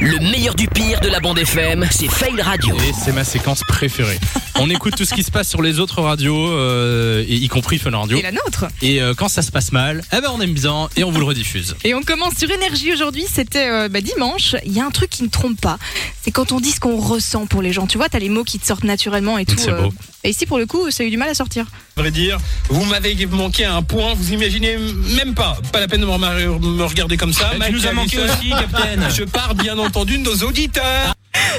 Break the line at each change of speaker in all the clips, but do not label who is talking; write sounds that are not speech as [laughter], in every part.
Le meilleur du pire de la bande FM, c'est Fail Radio.
Et c'est ma séquence préférée. On écoute tout ce qui se passe sur les autres radios, euh, et y compris Fun Radio.
Et la nôtre.
Et euh, quand ça se passe mal, eh ben on aime bien et on vous le rediffuse.
Et on commence sur énergie aujourd'hui. C'était euh, bah, dimanche. Il y a un truc qui ne trompe pas. C'est quand on dit ce qu'on ressent pour les gens. Tu vois, t'as les mots qui te sortent naturellement et tout. euh.
C'est beau.
Et ici, pour le coup, ça a eu du mal à sortir.
vrai dire. Vous m'avez manqué à un point, vous imaginez même pas. Pas la peine de me, remar- me regarder comme ça. Mike
nous as manqué
Harrison.
aussi, Captain.
[laughs] Je pars bien entendu de nos auditeurs.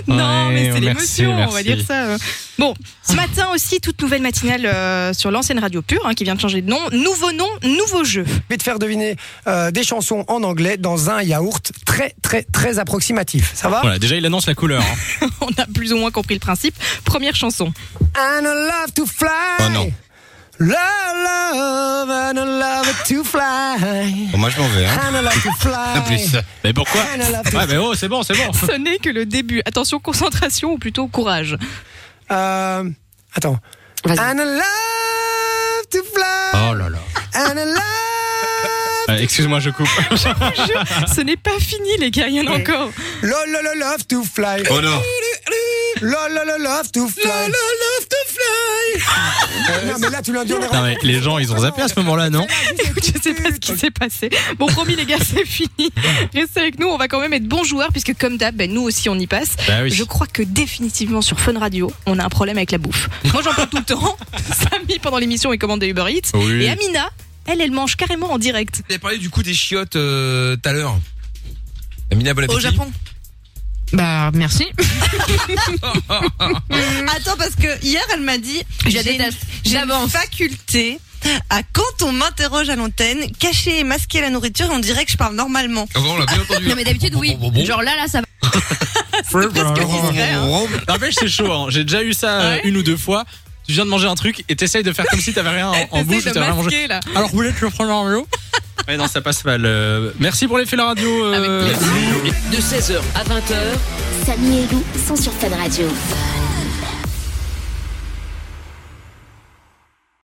non, mais c'est
Ouais, oh, merci,
l'émotion, on va
merci. Ah.
dire ça. euh. Bon, ce matin aussi, toute nouvelle matinale euh, sur l'ancienne radio pure, hein, qui vient de changer de nom. Nouveau nom, nouveau jeu. [laughs]
Je vais te faire deviner euh, des chansons en anglais dans un yaourt très très très approximatif. Ça va
Voilà, déjà il annonce la couleur. hein.
on a plus ou moins compris le principe. Première chanson.
And I love to fly.
Oh non.
Love, love, and I love to fly.
Bon, moi je m'en vais. Hein.
And I love to fly.
En [laughs] plus.
Mais pourquoi
And I love to-
Ouais, mais oh, c'est bon, c'est bon.
Ce n'est que le début. Attention, concentration ou
[laughs]
plutôt courage.
Euh, attends.
Vas-y.
And I love to fly.
Oh là là.
And I love. [laughs]
Euh, Excuse-moi, je coupe.
Ce n'est pas fini, les gars, il y en a encore.
Lol, lol, lol, love to fly.
Oh non.
Lol, lol, lol, love to fly.
love to fly.
[laughs] Non, mais là, tu l'as dit, on est
Non, mais les gens, ils ont zappé à ce moment-là, non
[laughs] Écoute, je sais pas ce qui s'est passé. Bon, promis, les gars, c'est fini. Restez avec nous, on va quand même être bons joueurs, puisque comme d'hab, ben, nous aussi, on y passe.
Bah oui.
Je crois que définitivement sur Fun Radio, on a un problème avec la bouffe. Moi, j'en prends tout le temps. [laughs] Samy, pendant l'émission, il commande des Uber Eats.
Oui.
Et Amina, elle, elle mange carrément en direct.
Vous avez parlé du coup des chiottes euh, tout à l'heure. Amina, bon appétit.
Au Japon. Bah merci.
[laughs] Attends, parce que hier, elle m'a dit
Je
j'ai une,
déteste.
j'ai une
J'avance.
faculté à quand on m'interroge à l'antenne, cacher et masquer la nourriture, et on dirait que je parle normalement.
Ah bon, on l'a bien entendu.
Non mais d'habitude oui.
Bon, bon, bon, bon.
Genre là là ça va.
hein
N'empêche, c'est chaud. hein. J'ai déjà eu ça euh, une ou deux fois. Tu viens de manger un truc et t'essayes de faire comme si t'avais rien en, en
Essaye
bouche. et
de
t'as rien mangé.
masquer, là.
Alors, vous voulez que je prenne un vélo Mais non, ça passe mal. euh. Merci pour les faits la radio. euh,
De 16h à 20h,
Samy et Lou sont sur Fan Radio.